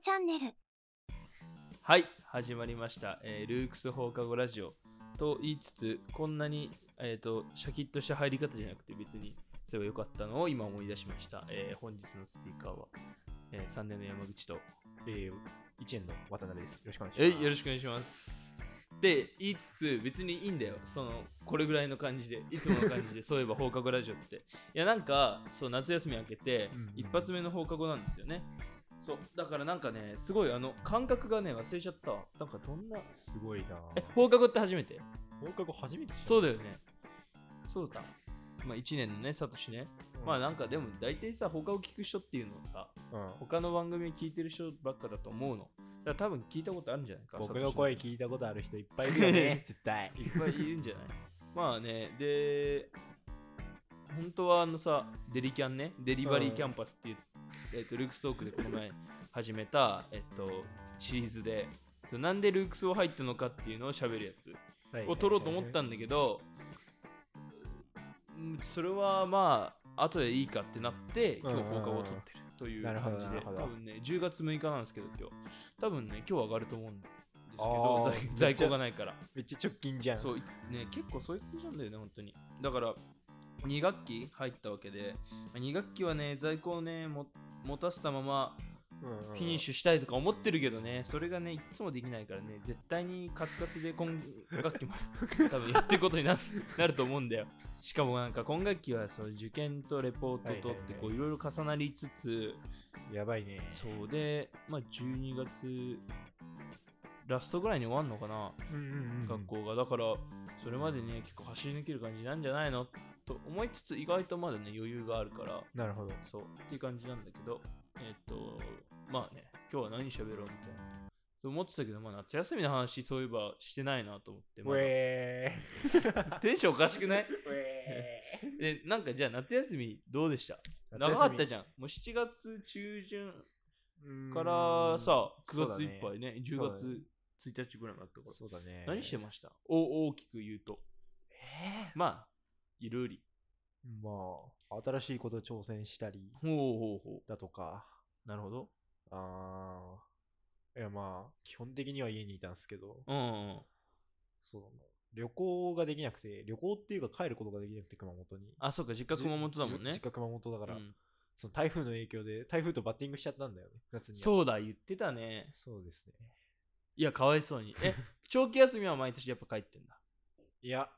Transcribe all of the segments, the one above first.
チャンネルはい始まりました、えールークス放課後ラジオと言いつつこんなに、えー、とシャキッとした入り方じゃなくて別にそれは良かったのを今思い出しました、えー本日のスピーカーは、え3年の山口とえー、一円の渡辺です。よろしくお願いしえます。いよろしくお願いしますで言いつつ別にいいんだよそのこれぐらいの感じでいつもの感 じでそういえば放課後ラジオっていやなんかそう夏休み明けてうんうん一発目の放課後なんですよねそうだからなんかねすごいあの感覚がね忘れちゃったわなんかどんなすごいなぁ え放課後って初めて放課後初めて、そううだよねそうだまあ1年のねサトシねまあなんかでも大体さ放課後聞く人っていうのはさうん、他の番組聞いてる人ばっかだと思うのだから多分聞いたことあるんじゃないか僕サトのシ声聞いたことある人いっぱいいる よね、絶対。いっぱいいるんじゃない まあね、で、本当はあのさ、デリキャンね、デリバリーキャンパスっていう、えっとルークストークでこの前始めた、えっと、シリーズで、そうなんでルークスを入ったのかっていうのを喋るやつを撮ろうと思ったんだけど、うんそれはまあ、後でいいかってなって、今日放課後を撮ってるというなるほ感どじなで、るほど多分ね、10月6日なんですけど、今日、多分ね、今日上がると思うんですけあどー在めっ、ちゃ在庫がないから。めっちゃ直近じゃん。そういね結構そういうことなんだよね本当にだから2学期入ったわけで2学期はね在庫をねも持たせたままうんうんフィニッシュしたいとか思ってるけどねそれがねいっつもできないからね絶対にカツカツで今学 期も多分やっていくことにななると思うんだよしかもなんか今学期はそう受験とレポートとってこういろいろ重なりつつやばいね。そうでまあ12月ラストぐらいに終わんのかなうんうんうん。学校がだからそれまでね結構走り抜ける感じなんじゃないのと思いつつ意外とまだね余裕があるからなるほど。そうっていう感じなんだけどえっとまあね今日は何喋ろうみたいなそう思ってたけど、まあ、夏休みの話そういえばしてないなと思って、まウだ ェーテンションおかしくない ウェーえなんかじゃあ夏休みどうでした夏休み長かったじゃんもう7月中旬からさ9月いっぱいね10そ月うだね1日ぐらいまであったから、そうだね。何してましたお大きく言うとえまあいろいろーまあ、新しいこと挑戦したりほうほうほだとか、う。なるほど。あーいやまあ、基本的には家にいたんですけど、うんうん。そうだな旅行ができなくて、旅行っていうか帰ることができなくて、熊本に。あ、そうか、実家熊本だもんねじ。実家熊本だから、うんその台風の影響で、台風とバッティングしちゃったんだよね、夏には。そうだ、言ってたね。そうですね。いや、かわいそうに。 え、長期休みは毎年やっぱ帰ってんだ。いや、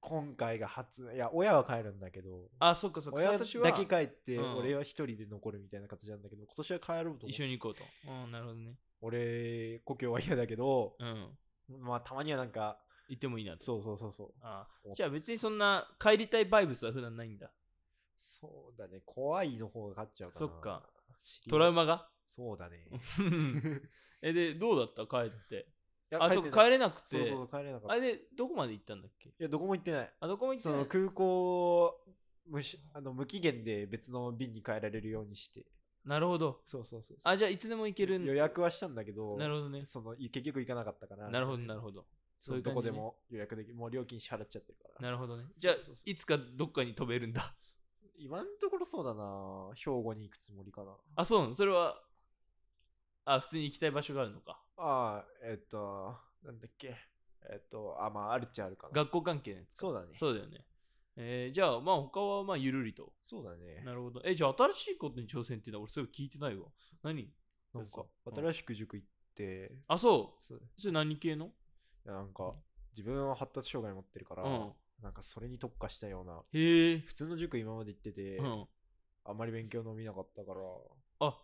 今回が初、いや、親は帰るんだけど、あ、そっかそっか。親だ私はけ帰って、うん俺は一人で残るみたいな形なんだけど、今年は帰ろうと思一って緒に行こうと。うん、なるほどね。俺、故郷は嫌だけど、うん。まあ、たまにはなんか、行ってもいいなと。そうそうそうそう。あじゃあ別にそんな帰りたいバイブスは普段ないんだ。そうだね、怖いの方が勝っちゃうかな。そっか知り合い。トラウマ が。そうだね。え、で、どうだった帰って。いやあ、そっか、帰れれなくて。そうそう、帰れなかった。あいれで、どこまで行ったんだっけや、どこも行ってない。あ、どこも行ってそないの空港無しあの無期限で別の便に変えられるようにしてなるほど。そうそうそうそうあ、じゃあいつでも行けるん予約はしたんだけどなるほどね。そのい結局行かなかったからなるほど、なるほど。そそういうど感こじねでも予約できもう料金支払っちゃってるからなるほどね。じゃあそうそうそ、ういつかどっかに飛べるんだ。今のところそうだな兵庫に行くつもりかなあ、そうなのそれは、あ、普通に行きたい場所があるのか。ああえっとなんだっけえっとあまああるっちゃあるかな学校関係のやつか。そうだねそうだよね。えーじゃあ、まあ他はまあゆるりと。そうだねなるほど。え、じゃあ新しいことに挑戦っていうのは俺それ聞いてないわ。何なんかうん新しく塾行ってあ、そそうう。それ何系のいやなんか自分は発達障害持ってるから、うん。なんかそれに特化したようなへえ。普通の塾今まで行ってて、うん。あんまり勉強伸びなかったから、あ、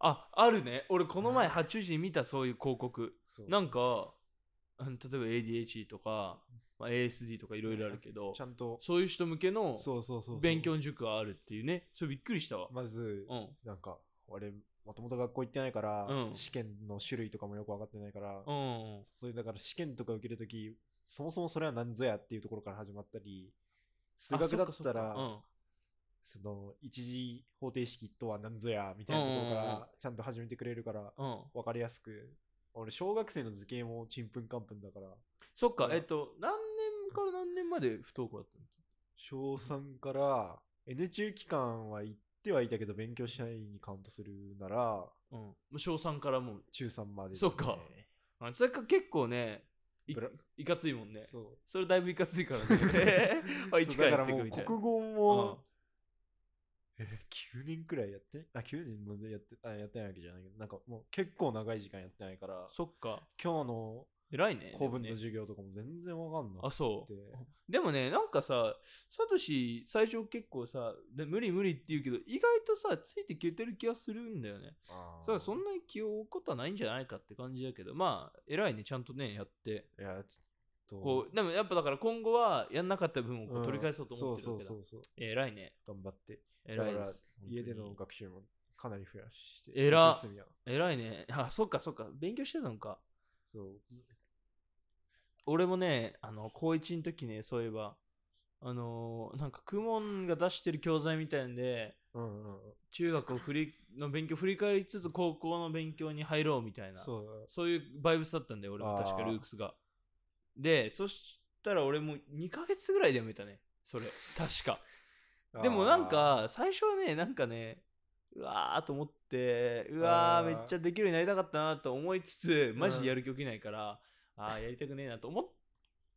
あ、あるね。俺この前、八中時に見たそういう広告。そうなんか、うん例えば ADHD とか、まあ、ASD とかいろいろあるけどち、ゃんと、そういう人向けのそうそうそうそう勉強塾があるっていうねそれびっくりしたわ、まず、うんなんか、俺、もともと学校行ってないから、うん試験の種類とかもよく分かってないから、うんうんそういうだから試験とか受けるとき、そもそもそれは何ぞやっていうところから始まったり、数学だったら、あそっかそっかうんその一次方程式とは何ぞやみたいなところかうんうんうんらちゃんと始めてくれるからうん、分かりやすく俺小学生の図形もちんぷんかんぷんだからそっかう、んえっと、何年から何年まで不登校だったの小3から N 中期間は行っってはいたけど、勉強しないにカウントするなら、うん、もう小3からもう中3まで、そっかあそれか結構ねいブラいかついもんねそそう。れだいぶいかつい から ねあ一そうからやっだからていもくうみたいな国語も、えー、9年くらいやってあ、9年もやってあやってないわけじゃないけど、なんかもう結構長い時間やってないから、そっか今日の偉いね古文のでもね授業とかも全然わかんなあくそうて。でもね、なんかさ、サトシ、最初結構さ、で無理無理って言うけど、意外とさ、ついてきてる気がするんだよね。あそれはそんな。なに気を負うことはないんじゃないかって感じだけど、まあ、偉いね、ちゃんとね、やって。いや、ちょっと。こう、でもやっぱだから今後は、やんなかった分をこう取り返そうと思ってるわけだ。うんそうそうそうえ偉いね。そう。頑張って。偉いだでからす。家での本当学習もかなり増やして。偉っ夏休みはに偉いね。あ、そっかそっか。勉強してたのか。そう。俺もね、あの、高1の時ね、そういえば、あのーなんか、クモンが出してる教材みたいんで、うんうんうん。中学を振りの勉強を振り返りつつ高校の勉強に入ろうみたいなそうそう。いうバイブスだったんだよ俺も確かあールークスがでそしたら俺も2ヶ月ぐらいでやめたねそれ確 かでもなんか最初はねなんかねうわーと思ってうわーあめーっちゃできるようになりたかったなと思いつつマジでやる気起きないから、あーやりたくねえなと思っ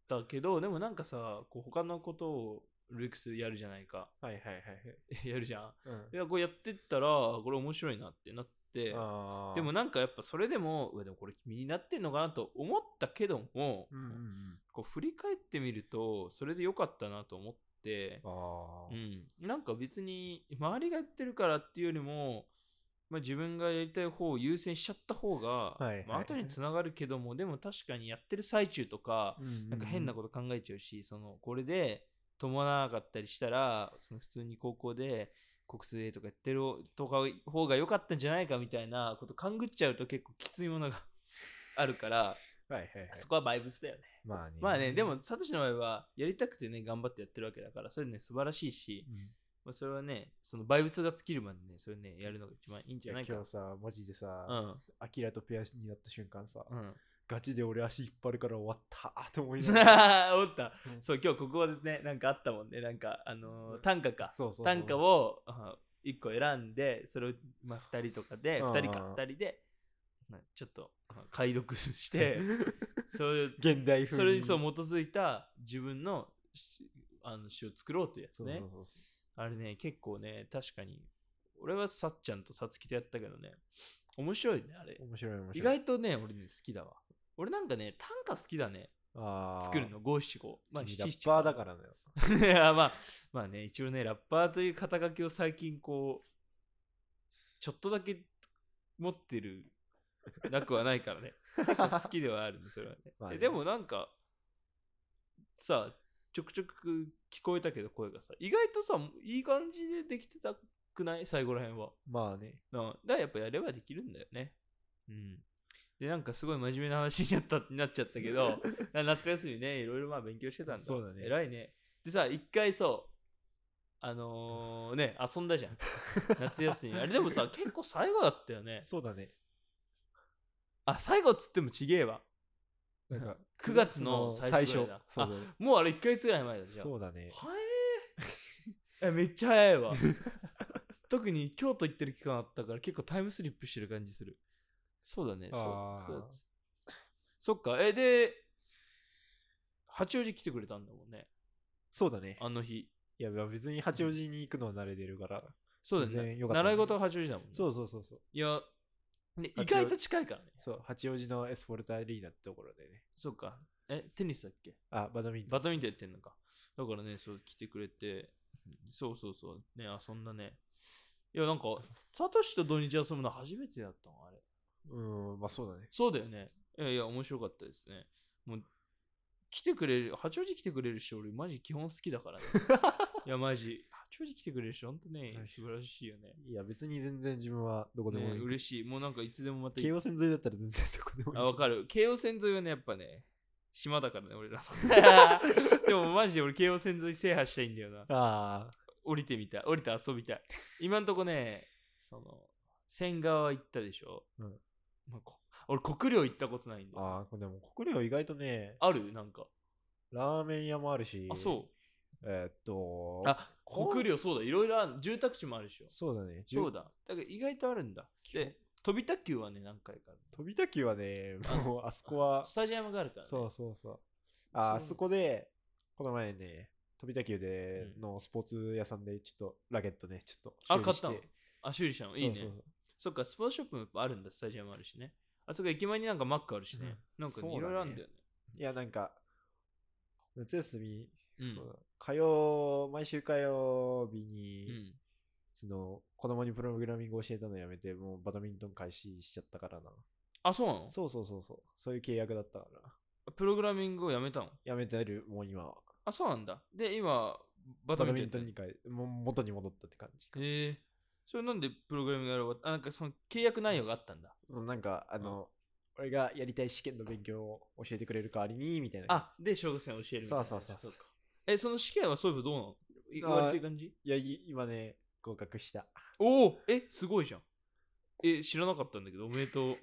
たけどでもなんかさこう他のことをルークスやるじゃないか あー。はいはいはいやるじゃんはいい。やこうやってったらこれ面白いなってなってうん。でもなんかやっぱそれでもうわでもこれ気になってんのかなと思ったけども、うんうんうん。こう振り返ってみるとそれで良かったなと思って、ああ。うん、なんか別に周りがやってるからっていうよりも、まあ、自分がやりたい方を優先しちゃった方が、はいはいまあ後につながるけどもでも確かにやってる最中とか、ななんか変なここと考えちゃうし、そのこれで伴わなかったりしたら、その普通に高校で国数 A とかやってるとか方が良かったんじゃないかみたいなこと勘ぐっちゃうと結構きついものが あるから、と。はいはいはい。そこはバイブスだよね。まあね。まあね、でも、サトシの場合はやりたくてね、頑張ってやってるわけだから、それね、素晴らしいし、うん、まあ、それはね、そのバイブスが尽きるまでね、それね、やるのが一番いいんいじゃやないか今。日さ、マジでうさ、ん、アキラとペアになった瞬間さ、うん。ガチで俺足引っ張るから終わったーと思いな がら。思ったう。んそう、今日ここでね、なんかあったもんね、なんか、あのー短歌か。そうそうそう短歌を1個選んでそれをまあ2人とかでうんうん2人か2人でまあちょっとまあ解読してそれ 現代風それにそう基づいた自分の詩あの詩を作ろうというやつそうそうねそうあれね結構ね確かに俺はさっちゃんとさつきとやったけどね面白いねあれ面白い面白い。意外とね俺ね好きだわ俺なんかね短歌好きだねあー作るの五七五まあ君七ラ七ッパーだからだよ。 いやまあまあね一応ねラッパーという肩書きを最近こうちょっとだけ持ってるなくはないから ね好きではあるんですよ、それはねまあねえでもなんかさちょくちょく聞こえたけど声がさ意外とさいい感じでできてたくない最後らへんはまあね。なあだからやっぱやればできるんだよねうんでなんかすごい真面目な話になったなっちゃったけ どな夏休みねいろいろまあ勉強してたんだそうだね偉いねでさ一回そうあのーね遊んだじ ゃん夏休みあれでもさ結構最後だったよねそうだね。あ最後っつってもちげえわな んか九月の最初ぐらいだそうだね。もうあれ1ヶ月ぐらい前だじゃんそうだね。早 ええめっちゃ早いわ特に京都行ってる期間あったから結構タイムスリップしてる感じするそうだねそうあー9月そっかえで八王子来てくれたんだもんねそうだね。あの日いや別に八王子に行くのは慣れてるから。そうだよ全ね然良かったね習い事が八王子だもんねそうそうそうそう。いやね八王意外と近いからねそう、八王子のエスフォルタアリーナってところでね。そっかえテニスだっけあ、バドミントン。バドミントンやってんのか。だからね、そう来てくれて、そうそうそう、ね、遊んだね。いや、なんか、 サトシと土日遊ぶの初めてだったの、あれ。うん、まあそうだね。そうだよね。いやいや、面白かったですね。もう、来てくれる、八王子来てくれる人、俺、マジ基本好きだ からね。いや、マジ、八王子来てくれる人、ほんとねは、い素晴らしいよね。いや、別に全然自分はどこでもねいい。嬉しい。もうなんか、いつでもまた行京王線沿いだったら全然どこでもいい。あ、わる。かる。京王線沿いはね、やっぱね、島だからね、俺ら。 でも、マジで俺、京王線沿い制覇したいんだよな。 あ降りてみたい降りて遊びたい今んとこねその仙川行ったでしょ、うんまあこ俺国領行ったことないんであ。あああ、でも国領意外とね、るなんかラーメン屋もあるし、あそえーっと、あこ国領そうだいろいろある住宅地もあるでしょそうだね。そうだ。だだから意外とあるんだで飛び卓球はね何回かある飛びたきはね、もうあそこは、スタジアムがあるから、ね、そうそうそう。ああそうそこで、この前ね、飛びたきでうんのスポーツ屋さんで、ちょっとラケットね、ちょっと。あ買ったのあ修理したのいいねそうそうそっかスポーツショップもやっぱあるんだスタジアムあるしねあそこ駅前になんかマックあるしね、うんなんかねそうだねいろいろあるんだよねそういや、なんか、夏休み、うんそうだ火曜、毎週火曜日に、うんその、子供にプログラミング教えたのやめて、もうバドミントン開始しちゃったからな。あそうなのそうそうそうそう。そういう契約だったから。プログラミングをやめたのやめてる、もう今は。あそうなんだで今ババドドミミンントトンンにに変え、もう元に戻ったって感じか。へえそれなんでプログラミングやろうあなんかその契約内容があったんだそのなんか、あの、俺がやりたい試験の勉強を教えてくれる代わりに、みたいな。あで小学生に教えるみたいなそうそうそうそうかえその試験はそういえばどうなのいあー言われてる感じいや、い今ね、合格した。 おおえすごいじゃんえ知らなかったんだけどおめで とう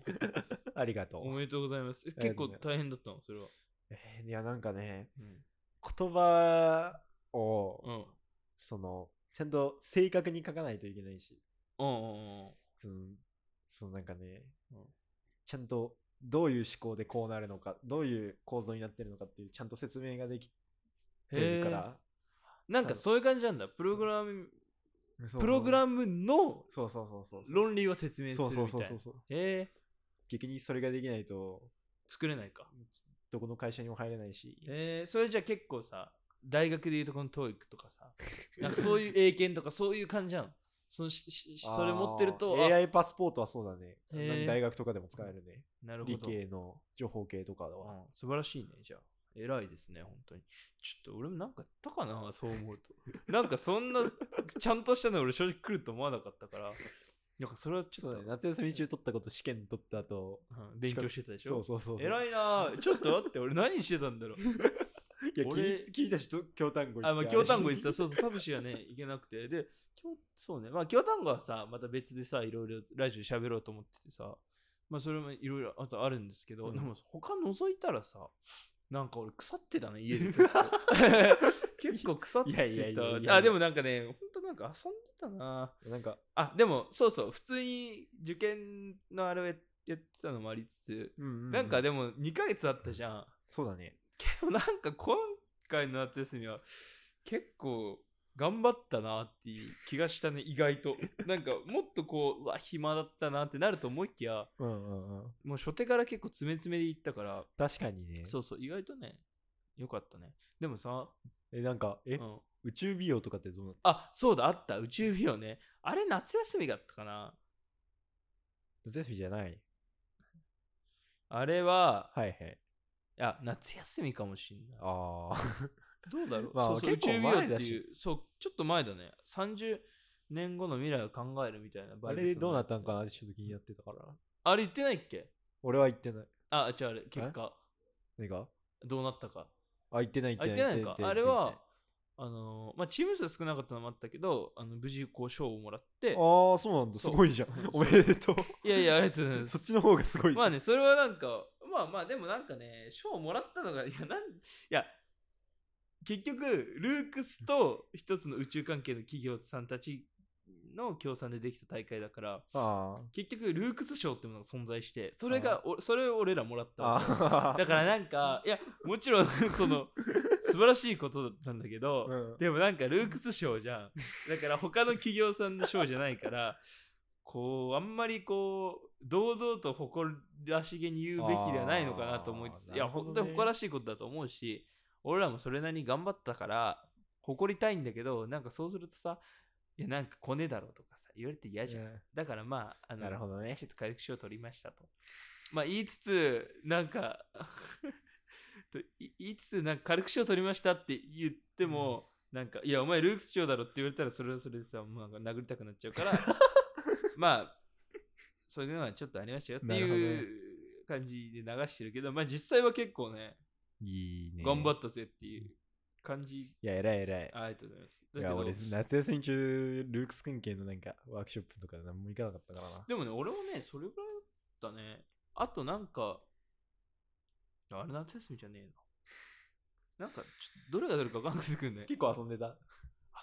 ありがとおう。めでとうございますえあり結構がとうございます大変だったのそれはえーいや、なんかね、うん、言葉を、うんその、ちゃんと正確に書かないといけないし、うんうんうんその、そのなんかね、うんちゃんと、どういう思考でこうなるのか、どういう構造になってるのかっていう、ちゃんと説明ができてへるえから、なんかそういう感じなんだプログラムププログラムのそうそうそうそうそう。論理を説明するそみたいうそなうそうそうそう。へえ逆にそれができないと、作れないかどこの会社にも入れないし。えー、それじゃあ結構さ大学でいうとこの TOEIC とか さなんかそういう英検とかそういう感じなのそのししあーそれ持ってるとあ AI パスポートはそうだね。へえ大学とかでも使えるね。なるほ理ど、うん系の情報系とかは。素晴らしいねじゃあ偉いですね本当にちょっと俺もなんかやったかなそう思うと なんかそんなちゃんとしたの俺正直来ると思わなかったからなんかそれはちそょっうとだね。、夏休み中取ったこと、試験取った後。うん勉強してたでしょそうそうそうそう。偉いなあちょっと待って俺何してたんだろういや、俺君君たちと京単語言ってあ、まあ、京単語言ってたた。そうそうサブシがねいけなくてで京そうねまあ京単語はさまた別でさいろいろラジオで喋ろうと思っててさまあそれもいろいろあとあるんですけど、うんでも他覗いたらさなんか俺腐ってたね家 で 結構腐ってたいやいやいやいやあでもなんかねほんとなんか遊んでたななんか、あでもそうそう普通に受験のあれをやってたのもありつつ、ううなんかでも2ヶ月あったじゃんそうだね。でもなんか今回の夏休みは結構頑張ったなっていう気がしたね意外 となんかもっとこううわ暇だったなってなると思いきやうんうんうん。もう初手から結構詰め詰めでいったから確かにね。そうそう意外とねよかったねでもさ、え、なんか、えう、ん、宇宙美容とかってどうなのあそうだあった宇宙美容ねあれ夏休みだったかな夏休みじゃない。あれははいはい。いや夏休みかもしんない ああ。どうだろう、まあそうそう宇結構宙美容っ前だてしいうそうちょっと前だね30年後の未来を考えるみたいなバあイブスのれどうなったんかやつなってちょっと気になってたから。あれ言ってないっけ俺は言ってない。あ、違うあれ、結果、何がどうなったか。あ、言ってないあ、言言っっててないない。の言かって。ないあれ言っは、あのーまあ、チーム数少なかったのもあったけど、あの無事、こう、賞をもらっててない、ああ、そうなんだ。すそうごいじゃん そう。おめでとう。いやい や、ありがとうございまそすっ。ちの方がすごいじまゃあん。ね、それはなんか、まあまあ、でもなんかね、賞をもらったのが、いや、なん、いや、結局、ルークスと一つの宇宙関係の企業さんたちの協賛でできた大会だから、あ結局、ルークス賞っていうのが存在して、それが、おそれを俺らもらったわけあ。だからなんか、いや、もちろん、 その、素晴らしいことなんだけど、うんでもなんかルークス賞じゃん。だから他の企業さんの賞じゃないから、こう、あんまりこう、堂々と誇らしげに言うべきではないのかなと思いつつ、あーいや、なるほど本ね当に誇らしいことだと思うし、俺らもそれなりに頑張ったから、誇りたいんだけど、なんかそうするとさ、いや、なんかコネだろうとかさ、言われて嫌じゃん。うんだからまあ、あのなるほどねちょっと軽く賞を取りましたと。まあ言いつつ、なんか と、い言いつつ、なんか軽く賞を取りましたって言っても、なんか、いや、お前ルークス賞だろって言われたら、それはそれでさ、もうなんか殴りたくなっちゃうから、 まあ、そういうのはちょっとありましたよってなるほどいねう感じで流してるけど、まあ実際は結構ね、いいね。頑張っったぜっていう感じ。いや、偉い偉い。ありがとうございます。いだけや、ど俺、夏休み中、ルークス関係のなんか、ワークショップとか何も行かなかったからな。でもね、俺もね、それぐらいだったね。あとなんか、あれ夏休みじゃねえな。なんかちょっとどれがどれか分かんなくてくんね結構遊んでた。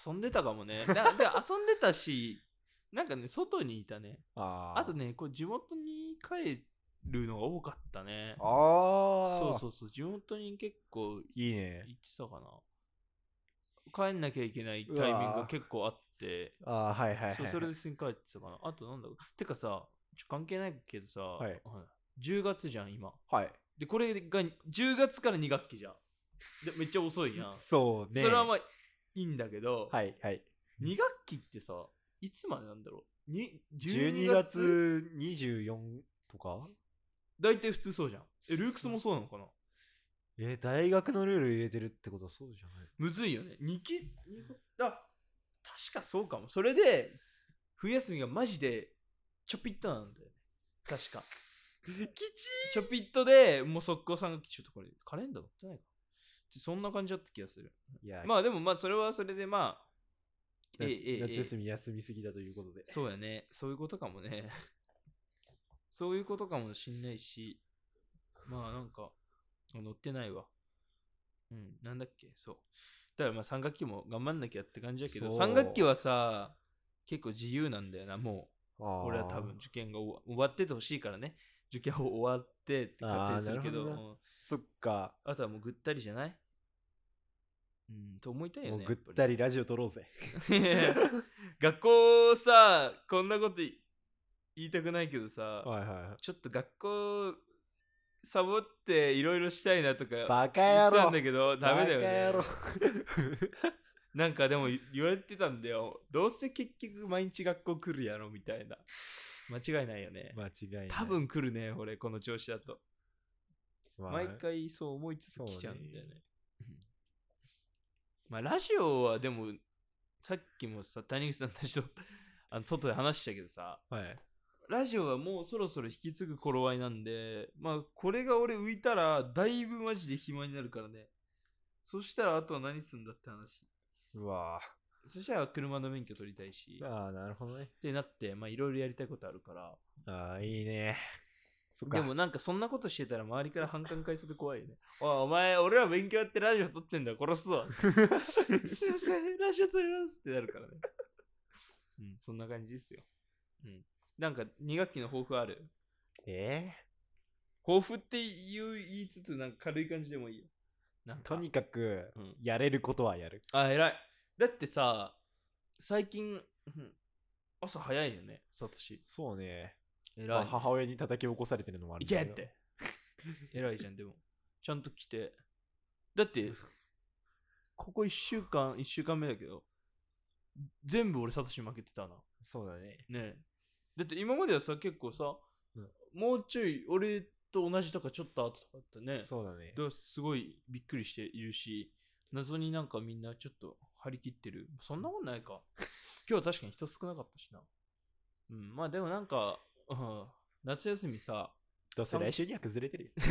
遊んでたかもねなで遊んでたしなんかね外にいたねああと。ねこう地元に帰るのが多かったねああ。そうう。そうそう地元に結構いいね。行ってたかな帰んなきゃいけないタイミングが結構あってああ、はいはいはい。そうそれで普通に帰ってたかなあとなんだろうてかさちょ関係ないけどさ、はい10月じゃん今はい。でこれが10月から2学期じゃんでめっちゃ遅い やん、そうね。それはまあいいんだけど、はいはい。 2学期ってさいつまでなんだろうに12月24とか大体普通そうじゃんえルークスもそうなのかなえー、大学のルール入れてるってことはそうじゃないむずいよね2期二学あ確かそうかもそれで冬休みがマジでちょぴっとなんだよね確か きちちょぴっとでもう速攻三学期ちょっとこれカレンダー載ってないかちょそんな感じだった気がするいや、まあでもまあそれはそれでまあなええ ええ夏休み休みすぎだということで。そうやね。そういうことかもね。 そういうことかもしんないし、まあなんか、あ乗ってないわ。うん、なんだっけ、そう。だからまあ3学期も頑張んなきゃって感じだけど、そう3学期はさ、結構自由なんだよな、もう。あー 俺は多分受験が終わ終わっててほしいからね。受験を終わってって勝手にするけど、あーなるほうんそっか。あとはもうぐったりじゃないうん、と思いたいよもね。うやぐっぱりたりラジオ撮ろ うぜ。学校さこんなことい言いたくないけどさはいはちょっと学校サボっていろいろしたいなとかい。言っバてカ野た郎んだけどダメだよバねカ野郎なんかでもい言われてたんだよどうせ結局毎日学校来るやろみたいな間違いないよね 間違いない。多、分来るね俺この調子だとまあ毎回そう思いつつそうね来ちゃうんだ よねうんまあラジオはでもさっきもさ谷口さんたちと あの外で話したけどさはい。ラジオはもうそろそろ引き継ぐ頃合いなんでまあこれが俺浮いたらだいぶマジで暇になるからねそしたらあとは何すんだって話うわそしたら車の免許取りたいしーっああ、なるほどね。てなってまあいろいろやりたいことあるからああ、いいね。そっか。でもなんかそんなことしてたら周りから反感返すで怖いよね。 おいお前、俺ら勉強やってラジオ撮ってんだよ、殺す ぞ。すいません、ラジオ撮りますってなるからね。うん、そんな感じですよ。うん。なんか2学期の抱負あるえ抱負って言う言いつつ、なんか軽い感じでもいいよ。なんーかとにかくうん、やれることはやる。あ、偉い。だってさ、最近、うん朝早いよね、サトシ。そうね。ま偉あ、母親に叩き起こされてるのもあるいんだけどって偉いじゃんでもちゃんと来てだってここ1週間1週間目だけど全部俺サトシ負けてたなそうだね。ねえだって今まではさ結構さ、うんもうちょい俺と同じとかちょっと後とかだったねそうだねだ。からすごいびっくりしているし謎になんかみんなちょっと張り切ってるそんなことないか今日は確かに人少なかったしなうんまあでもなんか、うん、夏休みさどうせ来週には崩れてるよ。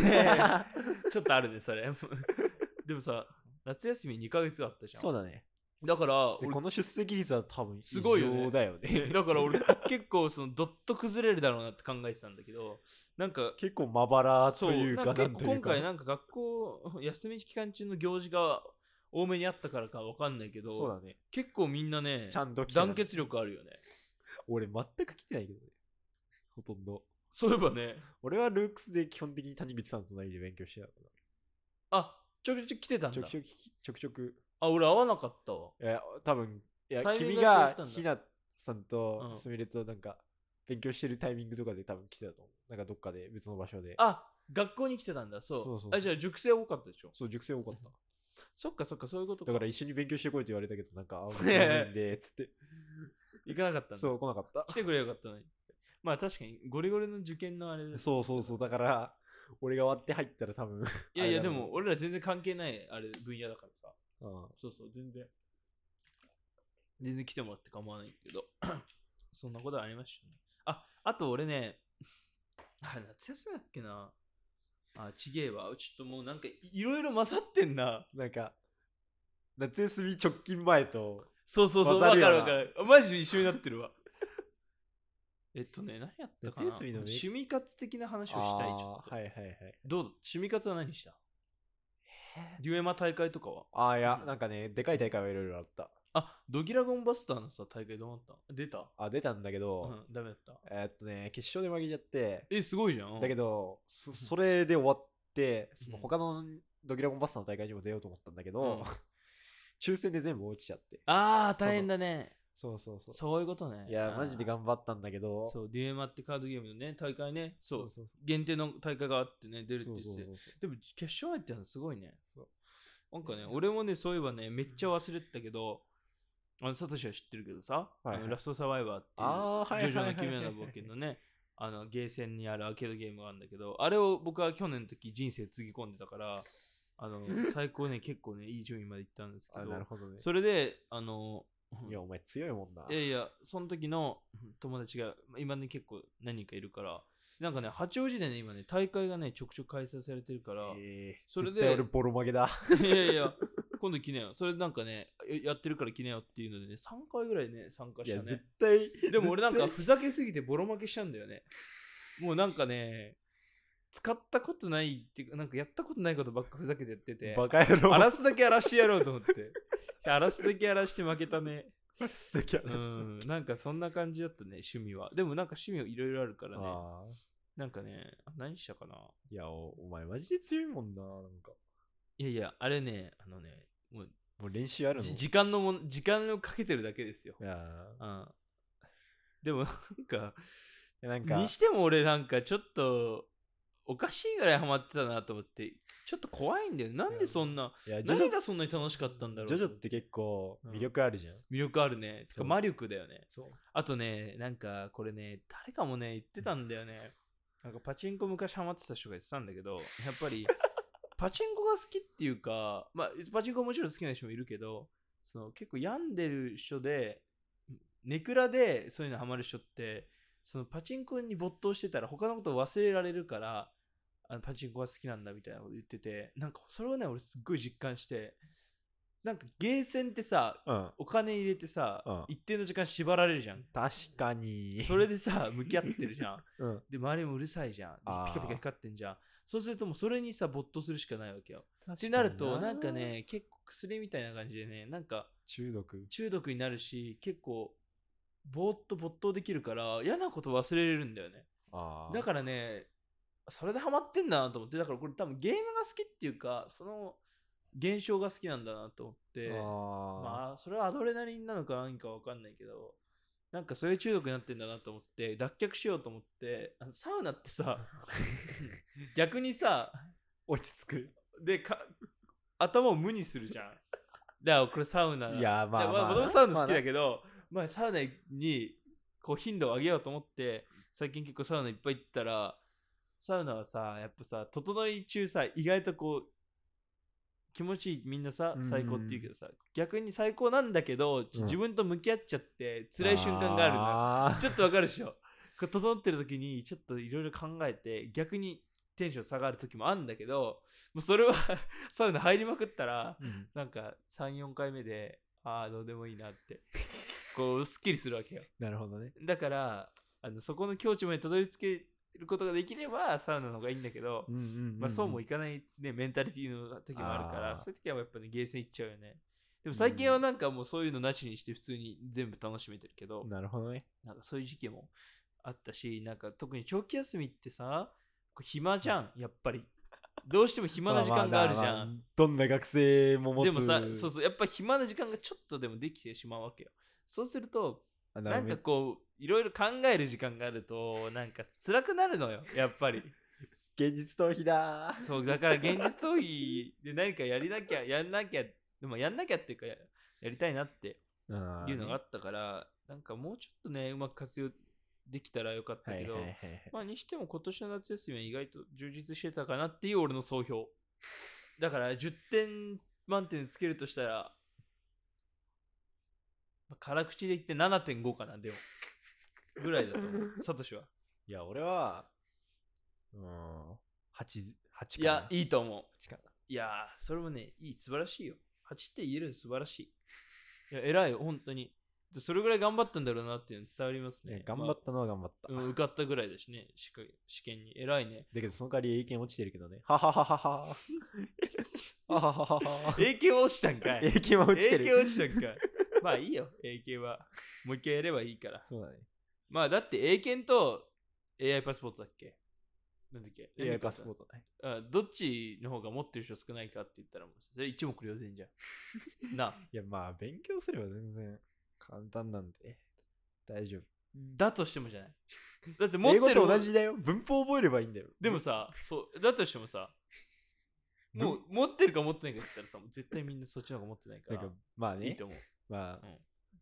ちょっとあるね、それ。 でもさ、夏休み2ヶ月あったじゃん。 そうだね。だから、で、俺この出席率は多分異すごいよね常だよね。だから俺 結構そのどっと崩れるだろうなって考えてたんだけど、なんか、結構まばらそとう、いうなんかか、な結構んという今か。回なんか学校、休み期間中の行事が多めにあったからかわかんないけそうど、だね。結構みんなねち、ゃんと来てた団結力あるよね。俺全く来てないけどね。ほとんど。そういえばね、俺はルークスで基本的に谷口さんの隣で勉強してたかあちょくちょく来てたら。んちょだく。ちょく聞き、ちょくちょく。あ、俺会わなかったわ。いや、多分、いやタ、イミン君グが違っがたんだひなさんうとんすみれとなんか、勉強してるタイミングとかで多分来てたと思う。なんかどっかで別の場所で。あ学校に来てたんだ、そう。そうそうあじゃあ、熟成多かったでしょ。そう、熟成多 かった。そっかそっか、そういうことか。だから一緒に勉強してこいと言われたけど、なんか、あ、僕まずいんで、つって。行かなかったんだ。そう、来なかった。来てくれよかったのに。まあ確かにゴリゴリの受験のあれです。そうそうそう、だから、俺が割って入ったら多分、 いやいやあでれだろうも俺ら全然関係ないあれ分野だからさ。うん、そうそう全然。全然来てもらって構わないけど。 そんなことはありましたね。あ、あと俺ね、あれ夏休みだっけな。あ、ちげえわ。ちょっともうなんかいいろいろ混ざってんな。なんか、夏休み直近前と、そうそうそう、混わざかるるよなわかる。マジで一緒になってる わ。えっとね、何やったかな夏休みのね趣味活的な話をしたい、ちょっと。あーはいはいはい。どうだ趣味活は何したえーデュエマ大会とかはああ、いや、なんかね、でかい大会はいろいろあった。あドギラゴンバスターのさ大会どうなった出たあ、出たんだけうど、んダメだったえーっとね、決勝で負けちゃって、えすごいじゃんだけどど、そそれで終わって、そのうん他のドキラゴンバスターの大会にも出ようと思ったんだけうど、ん抽選で全部落ちちゃって。ああ大変だねそうそうそう。そういうことねいや、マジで張頑張ったんだけど、そうデュエマってカードゲームのね大会ねそうそうそう限定の大会があってね出るってそ言うってそうてそうそうでも決勝入ってたのすごいねそうなんかね、俺もね、そういえばね、めっちゃ忘れてたけど、あの、サトシは知ってるけどさ、はいはいあのラストサバイバーっていう、あーはいジはョいジョはいのはい奇妙な冒険のね、あの、ゲーセンにあるアーケードゲームがあるんだけど、あれを僕は去年の時人生つぎ込んでたから、あの、最高ね、結構ね、いい順位まで行ったんですけあ、ど、なるほどね。それで、あの、いや、お前強いもんな。いやいや、その時の友達が、まあ今ね、結構何人かいるから、なんかね、八王子でね、今ね、大会がね、ちょくちょく開催されてるから、えーそれで絶対俺ボロ負けだ。 いやいや、今度来なよ。それなんかね、ややってるから来なよっていうのでね、3回ぐらいね、参加いしや、た絶ね。対。 でも俺なんか絶ふざけすぎてボロ負けしちゃうんだよね。もうなんかね、使ったことないっていうか、なんかやったことないことばっかふざけてやって対て、バカ野郎。荒らすだけ荒らしてやろうと思って。 荒らすだけ荒らして負けたね。すてきやうな。ん、なんかそんな感じだったね、趣味は。でもなんか趣味いろいろあるからね。あーなんかね、何したかないやお、お前マジで強いもんな。なんか。いやいや、あれね、あのね、もうもう練習あるのじい時間のもん、時間をかけてるだけですよ。やうんでもなんかーなんかに、しても俺なんかちょっとおかしいぐらいハマってたなと思ってちょっと怖いんだよなんでそんないや、ジョジ何ョがそんなに楽しかったんだろうジョジョって結構魅力あるじゃん。魅力あるねつそかう魔力だよねそう。あとねなんかこれね誰かもね言ってたんだよねなんかパチンコ昔ハマってた人が言ってたんだ けどやっぱりパチンコが好きっていうかまあパチンコもちろん好きな人もいるけどその結構病んでる人でネクラでそういうのハマる人ってそのパチンコに没頭してたら他のことを忘れられるからあのパチンコが好きなんだみたいなこと言っててなんかそれをね俺すっごい実感してなんかゲーセンってさうん。お金入れてさ、うん一定の時間縛られるじゃん確かに。それでさ向き合ってるじ ゃんうん。で周りもうるさいじゃんであーピカピカ光ってんじゃんそうするともうそれにさ没頭するしかないわけよっってなるとなんか、ね結構薬みたいな感じでねなんか中毒。中毒になるし結構ぼーっと没頭できるから嫌なこと忘れれるんだよねああ。だからねそれでハマってんだなと思ってだからこれ多分ゲームが好きっていうかその現象が好きなんだなと思ってあーまあそれはアドレナリンなのか何か分かんないけどなんかそういう中毒になってんだなと思って脱却しようと思ってあのサウナって さ逆にさ落ち着く。でか頭を無にするじゃんだからこれサウナいや、まであ、まあ。もともとサウナ好きだど。けど、まあサウナにこう頻度を上げようと思って最近結構サウナいっぱい行ったらサウナはさやっぱさ整い中さ意外とこう気持ちいいみんなさうん最高って言うけどさ、逆に最高なんだけど、ちうん自分と向き合っちゃって辛い瞬間があるのよあーちょっとわかるでしょこう整ってる時にちょっといろいろ考えて逆にテンション下がる時もあるんだけどもうそれは サウナ入りまくったらうんなんか34回目でああどうでもいいなってこうすっきりするわけよなるほどね。だからあのそこの境地までたどり着けることができればサウナの方がいいんだけど、うんうんんんまあ、そうもいかない、ね、メンタリティの時もあるからあーそういう時はやっぱねゲーセン行っちゃうよねでも最近はなんかもうそういうのなしにして普通に全部楽しめてるけど、なるほどね。なんかそういう時期もあったしなんか特に長期休みってさこう暇じゃんやっぱりどうしても暇な時間があるじゃん、まままあどんな学生も持つ。でもさそうそうやっぱ暇な時間がちょっとでもできてしまうわけよそうするとあななるほんどかねこういろいろ考える時間があるとなんか辛くなるのよやっぱり現実逃避だー。そうだから現実逃避で何かやりなきゃやんなきゃでもやんなきゃっていうかややりたいなってあーいうのがあったからなんかもうちょっとねうまく活用できたらよかったはけいど、はいはいはい。まあにしても今年の夏休みは意外と充実してたかなっていう俺の総評。だから10点満点つけるとしたら、まあ辛口で言って7.5かな、でも。ぐらいだと思う。サトシは。いや、俺は、うん、8、8いや、い。いいと思う。 8かないやー、それもね、いい、素晴らしいよ。8って言えるの素晴らしい。いや、偉いよ、本当に。でそれぐらい頑張ったんだろうなっていうの伝わりますねね。頑張ったのは頑張った。まあうん受かったぐらいだしね、試験試験に。偉いね。だけどその代わり英検落ちてるけどね。ははははは。ははははは。 英検落ちたんか英い。検は英落ちて検る。落ちたん かい。まあいいよ、英検は。もう一回やればいいから。そうだね。まあだって英検と AI パスポートだっけなんだっけ AI パスポートトね。どっちの方が持ってる人少ないかって言ったらもうそれ一目瞭然じゃ ん。なあ。いや、まあ、勉強すれば全然簡単なんで、大丈夫。だとしてもじゃない。だって持って英るも語のと同じだよ。文法覚えればいいんだよ。でもさ、そう、だとしてもさ、ぶん、もう持ってるか持ってないかって言ったらさ、もう絶対みんなそっちの方が持ってないかなんらか、、まあね、いいと思う。まあ、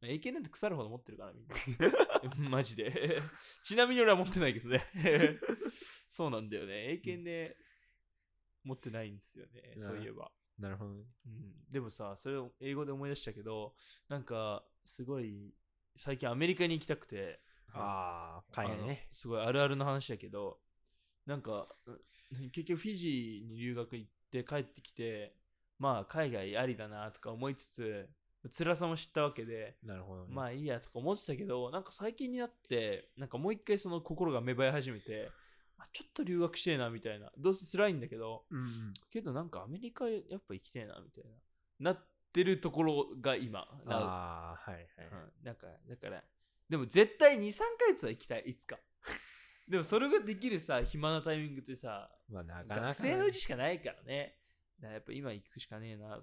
英検なんて腐るほど持ってるから、みんな。マ ジで。ちなみに俺は持ってないけどね。 そうなんだよね。英検ね、持ってないんですよね、うんそういえば。なるほどね。うん、でもさ、それを英語で思い出したけど、なんか、すごい、最近アメリカに行きたくて、ああ、海あ外のね。すごいあるあるの話だけどなんかうん結局フィジーに留学行って帰ってきてまあ海外ありだなとか思いつつ辛さも知ったわけでなるほどね。まあいいやとか思ってたけどなんか最近になってなんかもう一回その心が芽生え始めてあちょっと留学してえなみたいなどうせ辛いんだけどうん。けどなんかアメリカやっぱ行きてえなみたいななってるところが今なああ、はいはい。うん、なんかだからでも絶対23ヶ月は行きたいいつか でもそれができるさ暇なタイミングってさまあ、なかなかね。学生のうちしかないからねだからやっぱ今行くしかねえな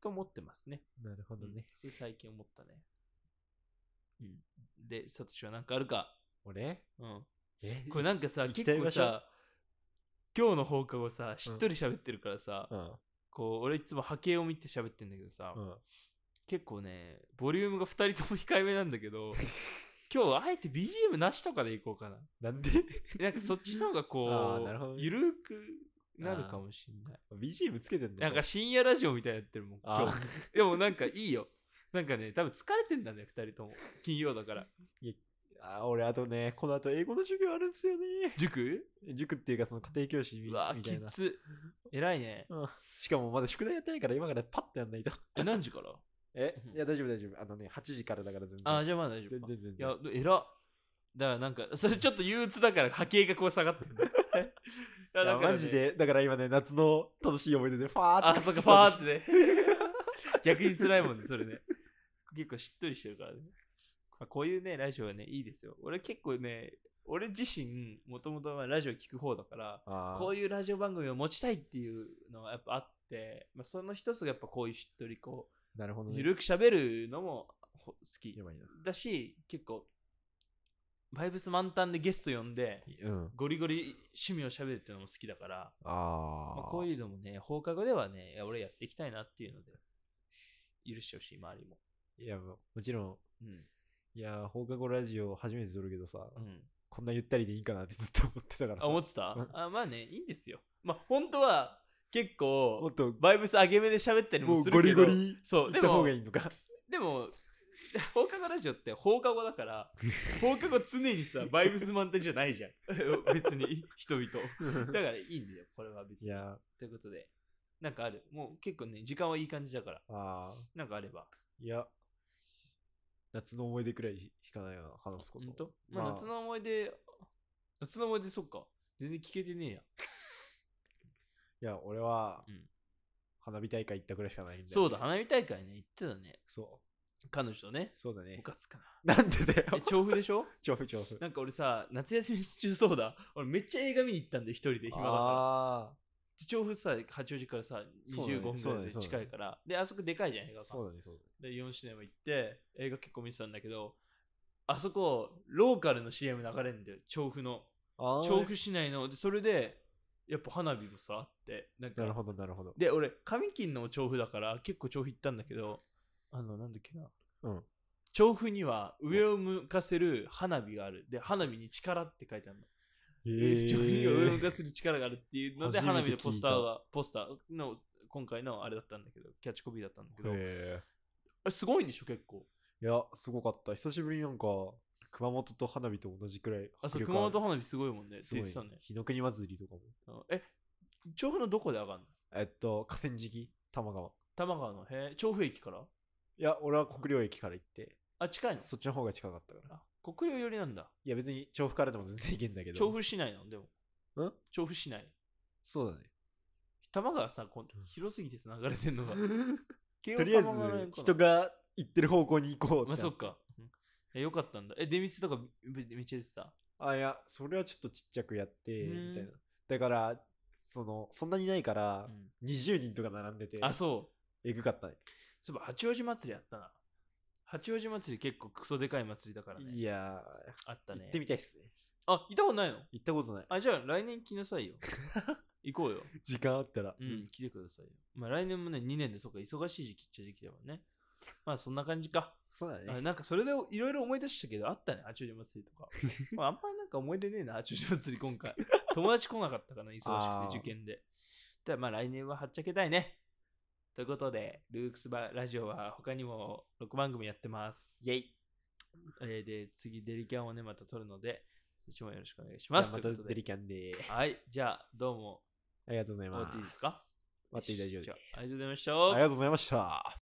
と思ってますね、なるほうどんね。それ最近思ったね、うん、でサトシは何かあるか、俺うん、えこれなんかさ行き結たい構場所さ今日の放課後さしっとり喋ってるからさ、うん。こう俺いつも波形を見て喋ってんだけどさ、うん。結構ねボリュームが2人とも控えめなんだけ ど今日あえて BGM なしとかでいこうかななんでなんかそっちの方が あこーなるほどうねゆるくなるかもしんない ?BGM つけてんのなんか深夜ラジオみたいなやってるもんあー今日でもなんかいいよなんかね多分疲れてんだね2人とも金曜だからあー俺、あとね、この後英語の授業あるんですよね。塾塾っていうか、その家庭教師みうわーみたきいな。つ偉いねうんしかもまだ宿題やってないから今からパッとやんないと。え何時からえうんいや大丈夫大丈夫。あのね、8時からだから全然。あーじゃあまだ大丈全夫か然全いや然。偉っだからなんかそれちょっと憂鬱だから波形がこう下がってる いやいだかやらねマジで、だから今ね、夏の楽しい思い出で、ファーって。あ、そっか、パーってね。逆に辛いもんね、それね。結構しっとりしてるからね。まあ、こういうね、ラジオはね、いいですよ。俺結構ね、俺自身、もともとラジオ聞く方だから、 あーこういうラジオ番組を持ちたいっていうのがやっぱあって、まあ、その一つがやっぱこういうしっとりこなるほどう、ね。ゆるく喋るのもほ好きや。ばいな。だし、結構、バイブス満タンでゲスト呼んで、うん。ゴリゴリ趣味を喋るっていうのも好きだから、あまあ、あ。こうう。いうのもね、放課後ではね、いや俺やっていきたいなっていうので、許してほしい、周りも。いや、もちろん、うん。いや、放課後ラジオ初めて撮るけどさ、うん、こんなゆったりでいいかなってずっと思ってたからあ、さ。も思っってたうんあまあね、いいんですよ。まあ、本当は結構、と、バイブス上げ目で喋ったりももうすゴるリけど、ゴリ、そう、行でった方もが、いいのか。でも、 放課後ラジオって放課後だ から、放課後常にさ、バイブス満点じゃないじゃん。 別に、人々。 だからいいんだよ、これは別いに。や、ということで、なんかある。もう結構ね、時間はいい感じだから、ああ。なんかあれば。いや、夏の思い出くらいしかないよな、話すこと。本当まあ、まあ夏の思い出、夏の思い出、そっか。全然聞けてねえや。いや、俺は、うん花火大会行ったくらいしかないんで。そうだ、。花火大会ね、行ってたね。そ彼女とねう。。そうだねム。カつくな。なんでだえよ。調布でしょ 調布調布。なんか俺さ、夏休み中そうだ。俺めっちゃ映画見に行ったんだよ、一人 で暇だから。あで調布さ、八王子からさ、そうだね25分そうだぐらいでねそうだ近ねいから。で、あそこでかいじゃん、映画あ。館そう。だね、そうだね。で、4シネマ行って、映画結構見てたんだけど、あそこ、ローカルの CM 流れるんだよ、調布の。あ調布市内の。で、それで、やっぱ花火もさ、あって。なんかなるほど、なるほど。で俺上金の調布だから結構調布行ったんだけどあのなんだっけなうん。調布には上を向かせる花火があるで花火に力って書いてあるの、え調布には上を向ー、かせる力があるっていうので初めて花火のポスター聞がポスターの今回のあれだったんだけどキャッチコピーだったんだけどあえれすごいんでしょ結構ー。いや、すごかった。久しぶりになんか、熊本と花火と同じくらいあそう迫力熊る本花火すごいもんねってす言ごってたい、ねね。日の国祭りとかも。うんえ調布のどこで上がるのえっと、河川敷、玉川。多摩川のへえ調布駅からいや、俺は国領駅から行って、あ、近いのそっちの方が近かったから。あ国領寄りなんだ。いや、別に調布からでも全然行けんだけど。調布市内なのでも。ん調布市内。そうだね。玉川さ、こん広すぎてさ流れてんのが。 とりあえず、人が。が行ってる方向に行こうってまあ、そなっか。うんえ、よかったんだ。え、出店とかめめっちゃ出てた。あ、いや、それはちょっとちっちゃくやって、うんみたいな。だから、その、そんなにないからう、ん20人とか並んでて、あ、そう。えぐかったね。そういえば八王子祭りあったな。八王子祭り結構クソでかい祭りだからね。いやあったー、ね。行ってみたいっすね。あ、行ったことないの行ったことない。あ、じゃあ来年来な さいよ。行こうよ。時間あったら。うん、来てくださいよ。まあ来年もね、2年でそうか、忙しい時期っちゃ時期だもんね。まあそんな感じか。そうだあね。なんかそれでいろいろ思い出したけど、あったね、八王子祭りと か。まああんまなんか思い出ねえな、八王子祭り今回。 友達来なかったかな、忙あしくーて受験で。だからまあ来年ははっちゃけたいね。ということで、ルークスバラジオは他にも6番組やってます。イェイ。えーで、次デリキャンをね、また撮るので、そっちもよろしくお願いしままあ、す。とまいたうことデでリキャンで。はい、じゃあどうもありがとうござい終わっま。ていいですすか待っていい大丈夫じでゃす。あありがとうございました。ありがとうございました。